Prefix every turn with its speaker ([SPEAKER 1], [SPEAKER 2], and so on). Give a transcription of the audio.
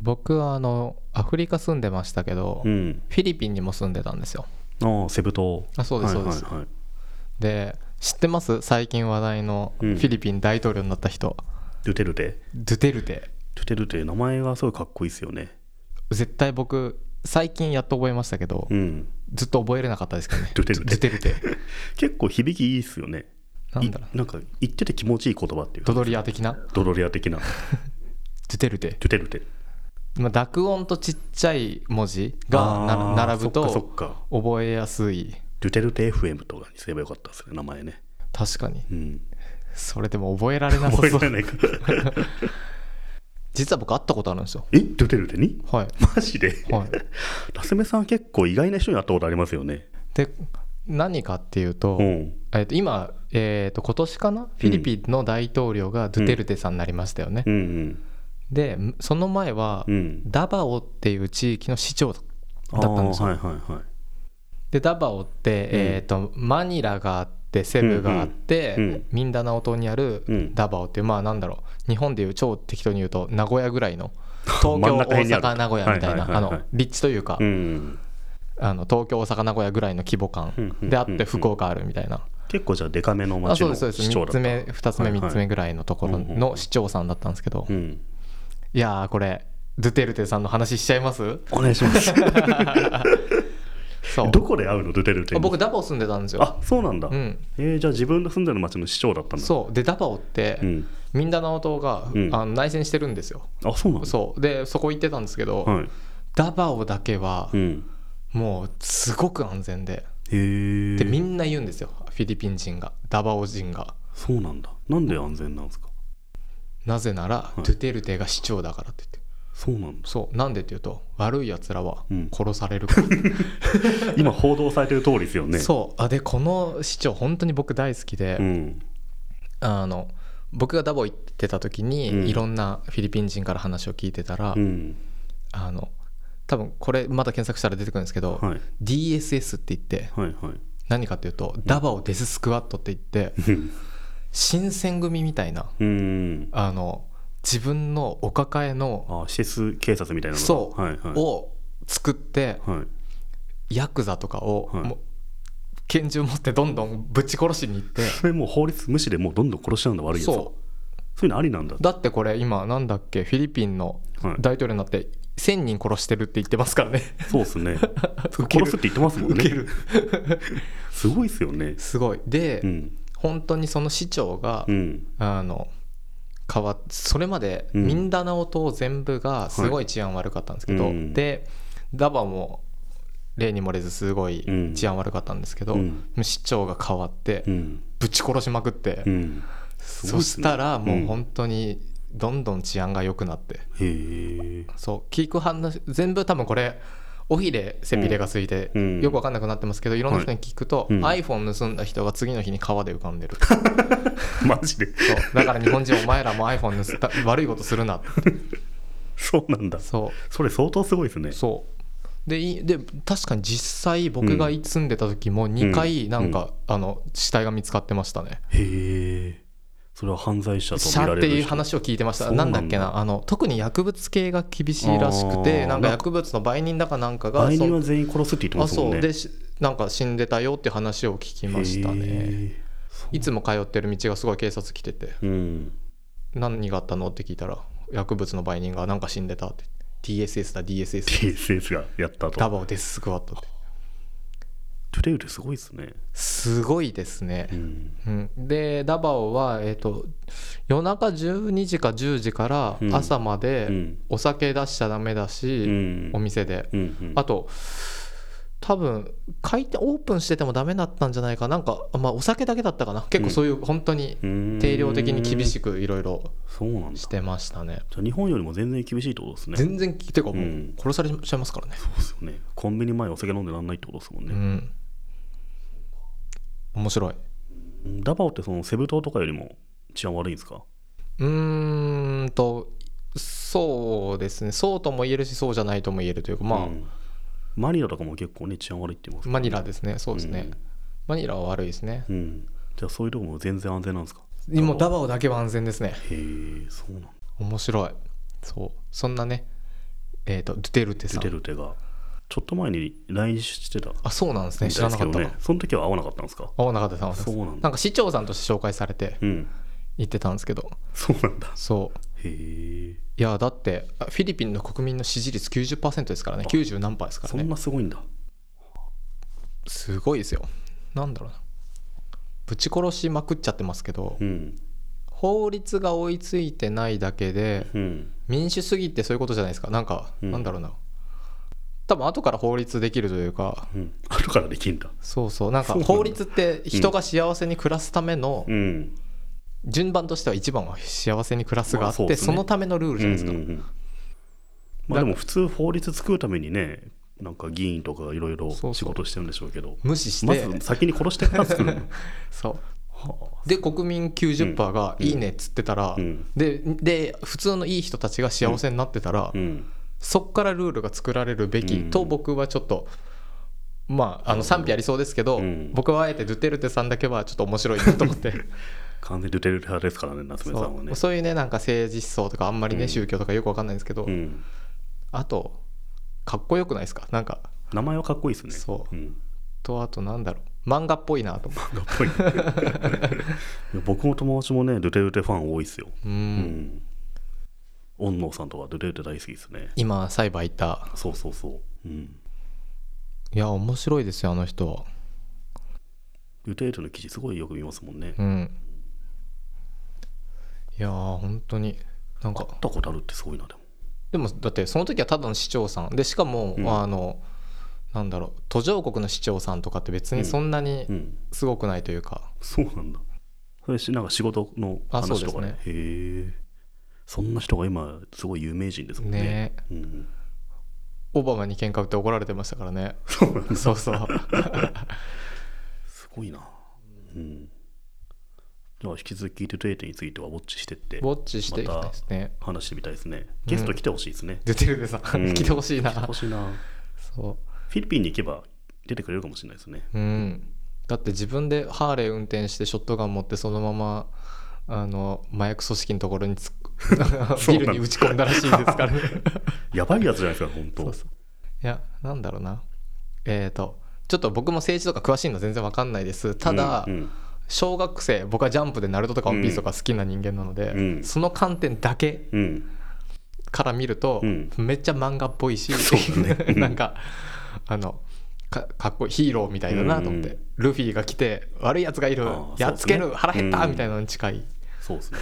[SPEAKER 1] 僕はあのアフリカ住んでましたけど、
[SPEAKER 2] うん
[SPEAKER 1] フィリピンにも住んでたんですよ
[SPEAKER 2] ああセブ島
[SPEAKER 1] あそうですそうです、
[SPEAKER 2] はいはいはい
[SPEAKER 1] で知ってます最近話題のフ
[SPEAKER 2] うん
[SPEAKER 1] ィリピン大統領になった人、
[SPEAKER 2] ドゥテルテ
[SPEAKER 1] ドゥテルテ
[SPEAKER 2] ドゥテルテ名前がすごいかっこいいですよね
[SPEAKER 1] 絶対僕最近やっと覚えましたけど、
[SPEAKER 2] うん
[SPEAKER 1] ずっと覚えれなかったですけどね
[SPEAKER 2] ドゥテルテ
[SPEAKER 1] ドゥテルテ
[SPEAKER 2] 結構響きいいですよね
[SPEAKER 1] なんだろう
[SPEAKER 2] いなんか言ってて気持ちいい言葉っていう
[SPEAKER 1] ドドリア的な
[SPEAKER 2] ドロリア的な
[SPEAKER 1] ドゥテルテ
[SPEAKER 2] ドゥテルテ
[SPEAKER 1] まあ濁音とちっちゃい文字がな
[SPEAKER 2] あー
[SPEAKER 1] 並ぶ
[SPEAKER 2] そっ
[SPEAKER 1] と
[SPEAKER 2] かそっか
[SPEAKER 1] 覚えやすい
[SPEAKER 2] ドゥテルテ FM とかにすればよかったですね名前ね
[SPEAKER 1] 確かに
[SPEAKER 2] うん
[SPEAKER 1] それでも覚えられなさ
[SPEAKER 2] 覚え
[SPEAKER 1] そ
[SPEAKER 2] ら
[SPEAKER 1] う
[SPEAKER 2] れないか
[SPEAKER 1] 実は僕会ったことあるんですよ
[SPEAKER 2] えドゥテルテに
[SPEAKER 1] はい
[SPEAKER 2] マジで、
[SPEAKER 1] はい
[SPEAKER 2] ラスメさん結構意外な人に会ったことありますよね
[SPEAKER 1] で何かっていうと,、
[SPEAKER 2] うん
[SPEAKER 1] えっと今、えっと今年かなフィリピンの大統領がドゥテルテさんになりましたよね、
[SPEAKER 2] うんうん
[SPEAKER 1] でその前は、
[SPEAKER 2] うん
[SPEAKER 1] ダバオっていう地域の市長だだったんですよ、
[SPEAKER 2] あーはいはいはい
[SPEAKER 1] でダバオって、えっとマニラがあってセブがあって、
[SPEAKER 2] うんうん
[SPEAKER 1] ミンダナオ島にあ
[SPEAKER 2] う
[SPEAKER 1] る
[SPEAKER 2] ん
[SPEAKER 1] ダバオっていうまあなんだろう日本でいう超適当に言うと名古屋ぐら いの東
[SPEAKER 2] 真
[SPEAKER 1] 京
[SPEAKER 2] ん
[SPEAKER 1] 大
[SPEAKER 2] 中辺にある
[SPEAKER 1] 阪名古屋みたいな
[SPEAKER 2] はいはい
[SPEAKER 1] あ
[SPEAKER 2] はいはい
[SPEAKER 1] の立地というか、
[SPEAKER 2] うん
[SPEAKER 1] あの東京大阪名古屋ぐらいの規模感
[SPEAKER 2] うんうんうん
[SPEAKER 1] であって福岡あるみたいな、
[SPEAKER 2] 結構じゃあデカめの
[SPEAKER 1] あ
[SPEAKER 2] 街
[SPEAKER 1] そう
[SPEAKER 2] の
[SPEAKER 1] ですそうです
[SPEAKER 2] 市長
[SPEAKER 1] 3
[SPEAKER 2] だっ
[SPEAKER 1] つ
[SPEAKER 2] た
[SPEAKER 1] 目2つ目
[SPEAKER 2] はいは
[SPEAKER 1] 3
[SPEAKER 2] い
[SPEAKER 1] つ目ぐらいのところ
[SPEAKER 2] うんうんう
[SPEAKER 1] の市長さんだったんですけど、
[SPEAKER 2] うん
[SPEAKER 1] いやーこれドゥテルテさんの話しちゃいます
[SPEAKER 2] お願いします
[SPEAKER 1] そう
[SPEAKER 2] どこで会うのドゥテルテ
[SPEAKER 1] あ
[SPEAKER 2] に
[SPEAKER 1] 僕ダバオ住んでたんですよ
[SPEAKER 2] あそうなんだ、
[SPEAKER 1] うん
[SPEAKER 2] えーじゃあ自分の住んでる町の市長だったんだ
[SPEAKER 1] そうでダバオって、
[SPEAKER 2] うん、
[SPEAKER 1] ミンダナオ島が、
[SPEAKER 2] うん
[SPEAKER 1] あの内戦してるんですよ
[SPEAKER 2] あそうなんだ
[SPEAKER 1] そうでそこ行ってたんですけど、
[SPEAKER 2] はい
[SPEAKER 1] ダバオだけは
[SPEAKER 2] うん、
[SPEAKER 1] もうすごく安全で、
[SPEAKER 2] へえ
[SPEAKER 1] でみんな言うんですよフィリピン人がダバオ人が
[SPEAKER 2] そうなんだなんで安全なんですか
[SPEAKER 1] なぜなら、
[SPEAKER 2] い
[SPEAKER 1] ドゥテルテが市長だからって言って
[SPEAKER 2] そうなんだ
[SPEAKER 1] そうなんでっていうと悪いやつらは
[SPEAKER 2] うん
[SPEAKER 1] 殺されるから、
[SPEAKER 2] 今報道されてる通りですよね
[SPEAKER 1] そうあでこの市長本当に僕大好きで、
[SPEAKER 2] ん、
[SPEAKER 1] あの僕がダボ行ってた時に、
[SPEAKER 2] うん
[SPEAKER 1] いろんなフィリピン人から話を聞いてたら、
[SPEAKER 2] うん、
[SPEAKER 1] あの多分これまた検索したら出てくるんですけど、
[SPEAKER 2] はい
[SPEAKER 1] DSS って言って
[SPEAKER 2] はいはい
[SPEAKER 1] 何かっていうと、ダバオデススクワットって言って新選組みたいな
[SPEAKER 2] うん
[SPEAKER 1] あの自分のお抱えの
[SPEAKER 2] あ施設警察みたいなのが
[SPEAKER 1] そう、
[SPEAKER 2] はいはい
[SPEAKER 1] を作って
[SPEAKER 2] はい
[SPEAKER 1] ヤクザとかを、
[SPEAKER 2] はい
[SPEAKER 1] もう拳銃持ってどんどんぶち殺しに行って
[SPEAKER 2] それもう法律無視でもうどんどん殺しちゃうんだ悪いやつは
[SPEAKER 1] そう
[SPEAKER 2] そういうのありなんだ
[SPEAKER 1] だってこれ今なんだっけフィリピンの
[SPEAKER 2] はい
[SPEAKER 1] 大統領になって1000人殺してるって言ってますからね
[SPEAKER 2] そうですね
[SPEAKER 1] ウケる
[SPEAKER 2] 殺すって言ってますもん
[SPEAKER 1] ウケ
[SPEAKER 2] ね
[SPEAKER 1] る
[SPEAKER 2] すごいですよね
[SPEAKER 1] すごいで、
[SPEAKER 2] うん
[SPEAKER 1] 本当にその市長が、
[SPEAKER 2] うん
[SPEAKER 1] あの変わっそれまで
[SPEAKER 2] うん
[SPEAKER 1] ミンダナオ島全部がすごい治安悪かったんですけど、
[SPEAKER 2] はいうん
[SPEAKER 1] でダバも例に漏れずすごい
[SPEAKER 2] うん
[SPEAKER 1] 治安悪かったんですけど、
[SPEAKER 2] うん
[SPEAKER 1] 市長が変わって
[SPEAKER 2] うん
[SPEAKER 1] ぶち殺しまくって、
[SPEAKER 2] うんごい
[SPEAKER 1] そ
[SPEAKER 2] っす
[SPEAKER 1] し
[SPEAKER 2] ね
[SPEAKER 1] たらもううん本当にどんどん治安が良くなって。
[SPEAKER 2] へえ
[SPEAKER 1] そう聞く話全部多分これ尾ひれ背びれがついて、
[SPEAKER 2] うん
[SPEAKER 1] よく分かんなくなってますけどいろんな人に聞くと、
[SPEAKER 2] はいうん
[SPEAKER 1] iPhone 盗んだ人が次の日に川で浮かんでる
[SPEAKER 2] マジで
[SPEAKER 1] そうだから日本人お前らも iPhone 盗った悪いことするなって
[SPEAKER 2] そうなんだ
[SPEAKER 1] そ
[SPEAKER 2] それ相当すごいですね
[SPEAKER 1] うそうでいで確かに実際僕が住んでた時も2回なんか、あの死体が見つかってましたね
[SPEAKER 2] へえそれは犯罪者と
[SPEAKER 1] シ
[SPEAKER 2] 見
[SPEAKER 1] ャ
[SPEAKER 2] ら
[SPEAKER 1] っ
[SPEAKER 2] れ
[SPEAKER 1] て
[SPEAKER 2] る
[SPEAKER 1] いう
[SPEAKER 2] 人
[SPEAKER 1] 話を聞いてました
[SPEAKER 2] そう
[SPEAKER 1] な
[SPEAKER 2] なんん
[SPEAKER 1] だ
[SPEAKER 2] だ
[SPEAKER 1] っけなあの特に薬物系が厳しいらしくて
[SPEAKER 2] あー
[SPEAKER 1] なんか薬物の売人だかなんかが
[SPEAKER 2] 売
[SPEAKER 1] そ
[SPEAKER 2] 人
[SPEAKER 1] の
[SPEAKER 2] は全員殺すって言ってま
[SPEAKER 1] あ
[SPEAKER 2] すも
[SPEAKER 1] そ
[SPEAKER 2] ん
[SPEAKER 1] う
[SPEAKER 2] ね
[SPEAKER 1] でしなんか死んでたよって話を聞きましたね
[SPEAKER 2] へえ
[SPEAKER 1] いつも通ってる道がすごい警察来てて
[SPEAKER 2] うん
[SPEAKER 1] 「何があったの?」って聞いたら薬物の売人がなんか死んでたって「DSS だ DSS
[SPEAKER 2] TSS がやったと
[SPEAKER 1] ダバオデススクワット」って
[SPEAKER 2] トゥレウレすごいですね
[SPEAKER 1] すごいですね
[SPEAKER 2] う、ん
[SPEAKER 1] うん、でダバオは、えー、と夜中12時か10時から
[SPEAKER 2] うん
[SPEAKER 1] 朝ま
[SPEAKER 2] う
[SPEAKER 1] で
[SPEAKER 2] ん
[SPEAKER 1] お酒出しちゃダメだ
[SPEAKER 2] う
[SPEAKER 1] し、
[SPEAKER 2] ん
[SPEAKER 1] お店で
[SPEAKER 2] うんうん
[SPEAKER 1] あと多分開店オープンしててもダメだったんじゃないかなんか、まあ、お酒だけだったかな結構そういう本当に
[SPEAKER 2] うん
[SPEAKER 1] 定量的に厳しくいろいろ
[SPEAKER 2] そうなんだ
[SPEAKER 1] し
[SPEAKER 2] じ
[SPEAKER 1] てましたね
[SPEAKER 2] ゃあ日本よりも全然厳しいってことですね
[SPEAKER 1] 全然ていうかも
[SPEAKER 2] う
[SPEAKER 1] うん殺されちゃいますからね
[SPEAKER 2] そうですよねコンビニ前お酒飲んでらんないってことですもん
[SPEAKER 1] う
[SPEAKER 2] ね、
[SPEAKER 1] ん面白い
[SPEAKER 2] ダバオってそのセブ島とかよりも治安悪いんですか
[SPEAKER 1] うーんとそうですねそうとも言えるしそうじゃないとも言えるというかまあ、
[SPEAKER 2] うんマニラとかも結構ね治安悪いって言いますからね
[SPEAKER 1] マニラですねそうですね、
[SPEAKER 2] うん
[SPEAKER 1] マニラは悪いですね
[SPEAKER 2] うんじゃあそういうとこも全然安全なんですか
[SPEAKER 1] もうダバオだけは安全ですね
[SPEAKER 2] へえそうなんだ
[SPEAKER 1] 面白いそうそんなねえー、とドゥテルテ
[SPEAKER 2] デ
[SPEAKER 1] さ
[SPEAKER 2] ュテ
[SPEAKER 1] ん
[SPEAKER 2] ルテがちょっと前に来日してたみ
[SPEAKER 1] あそうなんです
[SPEAKER 2] たい
[SPEAKER 1] ね知ら
[SPEAKER 2] で
[SPEAKER 1] な
[SPEAKER 2] す
[SPEAKER 1] か
[SPEAKER 2] け
[SPEAKER 1] っ
[SPEAKER 2] ど
[SPEAKER 1] た
[SPEAKER 2] ねその時は会わなかったんですか
[SPEAKER 1] あ中田さんは
[SPEAKER 2] そうなんだ
[SPEAKER 1] なんか市長さんとして紹介されて
[SPEAKER 2] うん
[SPEAKER 1] 行ってたんですけど
[SPEAKER 2] そうなんだ
[SPEAKER 1] そう
[SPEAKER 2] へえ
[SPEAKER 1] いやだってあフィリピンの国民の支持率90%ですからね90何パーですから
[SPEAKER 2] そん
[SPEAKER 1] ね
[SPEAKER 2] なすごいんだ
[SPEAKER 1] すごいですよなんだろうなぶち殺しまくっちゃってますけど
[SPEAKER 2] うん
[SPEAKER 1] 法律が追いついてないだけで
[SPEAKER 2] うん
[SPEAKER 1] 民主主義ってそういうことじゃないですかなんか、
[SPEAKER 2] うん
[SPEAKER 1] なんだろうな多分後から法律できるというか
[SPEAKER 2] うん後からできんだ
[SPEAKER 1] そうそうなんか
[SPEAKER 2] そうなんだ
[SPEAKER 1] 法律って人が幸せに暮らすための
[SPEAKER 2] うん
[SPEAKER 1] 順番としては一番は幸せに暮らすがあっ
[SPEAKER 2] まあそう
[SPEAKER 1] て
[SPEAKER 2] ですね
[SPEAKER 1] そのためのルールじゃないですか
[SPEAKER 2] うんうんうんまあでも普通法律作るためにねなんか議員とかいろいろ
[SPEAKER 1] そうそう
[SPEAKER 2] 仕事してるんでしょうけど
[SPEAKER 1] 無視し
[SPEAKER 2] ま
[SPEAKER 1] て
[SPEAKER 2] ず先に殺してから 作るの
[SPEAKER 1] そう
[SPEAKER 2] はあ
[SPEAKER 1] で国民90%が「
[SPEAKER 2] うん
[SPEAKER 1] いいね」っつってたら、
[SPEAKER 2] うん
[SPEAKER 1] でで普通のいい人たちが幸せになってたら、
[SPEAKER 2] うん
[SPEAKER 1] そっからルールが作られるべきと
[SPEAKER 2] うん
[SPEAKER 1] 僕はちょっと。まあ、あの賛否ありそうですけど、
[SPEAKER 2] うん
[SPEAKER 1] 僕はあえてドゥテルテさんだけはちょっと面白いなと思って
[SPEAKER 2] 完全にデュテルテ派ですからね夏目さんはね
[SPEAKER 1] そうそういうねなんか政治思想とかあんまりね、
[SPEAKER 2] うん
[SPEAKER 1] 宗教とかよくわかんないんですけど、
[SPEAKER 2] うん
[SPEAKER 1] あとかっこよくないですかなんか
[SPEAKER 2] 名前はかっこいいですね
[SPEAKER 1] そう
[SPEAKER 2] うん
[SPEAKER 1] とあとなんだろう漫画っぽいなと思
[SPEAKER 2] かっこいいいや 僕の友達もねドゥテルテファン多いですよ
[SPEAKER 1] う、う、
[SPEAKER 2] うんん恩納さんとかドゥテルテ大好きですね
[SPEAKER 1] 今サイバーいた
[SPEAKER 2] そうそうそう、うん、
[SPEAKER 1] いや面白いですよあの人は
[SPEAKER 2] ドゥテルテの記事すごいよく見ますもんね、
[SPEAKER 1] うんいやー本当になんか
[SPEAKER 2] 会ったことあるってすごいなでも
[SPEAKER 1] でもだってその時はただの市長さんでしかも、
[SPEAKER 2] うん
[SPEAKER 1] あのなんだろう途上国の市長さんとかって別にそんなに
[SPEAKER 2] うん
[SPEAKER 1] すごくないというか、
[SPEAKER 2] そうなんだそれしなんか仕事の
[SPEAKER 1] あそう
[SPEAKER 2] 話
[SPEAKER 1] で
[SPEAKER 2] と
[SPEAKER 1] す
[SPEAKER 2] か
[SPEAKER 1] ね
[SPEAKER 2] ねへえそんな人が今すごい有名人ですもんね
[SPEAKER 1] ね
[SPEAKER 2] うん、
[SPEAKER 1] オバマに喧嘩売って怒られてましたからね
[SPEAKER 2] そうなんだ
[SPEAKER 1] そうそう
[SPEAKER 2] すごいなうんでは引き続きトゥトゥエイトについてはウォッチしてって
[SPEAKER 1] ウォッチしていきたいですね、
[SPEAKER 2] 話してみたいですねゲスト来てほしいですね、
[SPEAKER 1] 出てるでさ、
[SPEAKER 2] うん
[SPEAKER 1] 来てほしいな
[SPEAKER 2] 来てほしいな
[SPEAKER 1] そ
[SPEAKER 2] フィリピンに行けば出てくれるかもしれないですね
[SPEAKER 1] ううんだって自分でハーレー運転してショットガン持ってそのままあの麻薬組織のところにつく ビルに打ち込ん だらしいですからね
[SPEAKER 2] やばいやつじゃないですか本当
[SPEAKER 1] そうそういやなんだろうなえっ、とちょっと僕も政治とか詳しいの全然わかんないですただ、
[SPEAKER 2] うんうん
[SPEAKER 1] 小学生僕はジャンプでナルトとかワンピースとか好きな人間なので、
[SPEAKER 2] うん
[SPEAKER 1] その観点だけ
[SPEAKER 2] うん
[SPEAKER 1] から見ると、
[SPEAKER 2] うん
[SPEAKER 1] めっちゃ漫画っぽいし、
[SPEAKER 2] そうだねうん
[SPEAKER 1] なんかあのかかっこいいヒーローみたいだなと思って、
[SPEAKER 2] うん
[SPEAKER 1] ルフィが来て悪いやつがいる
[SPEAKER 2] あー
[SPEAKER 1] やっつける、
[SPEAKER 2] そうですね
[SPEAKER 1] 腹減った、
[SPEAKER 2] うん
[SPEAKER 1] みたいなのに近い
[SPEAKER 2] そうですね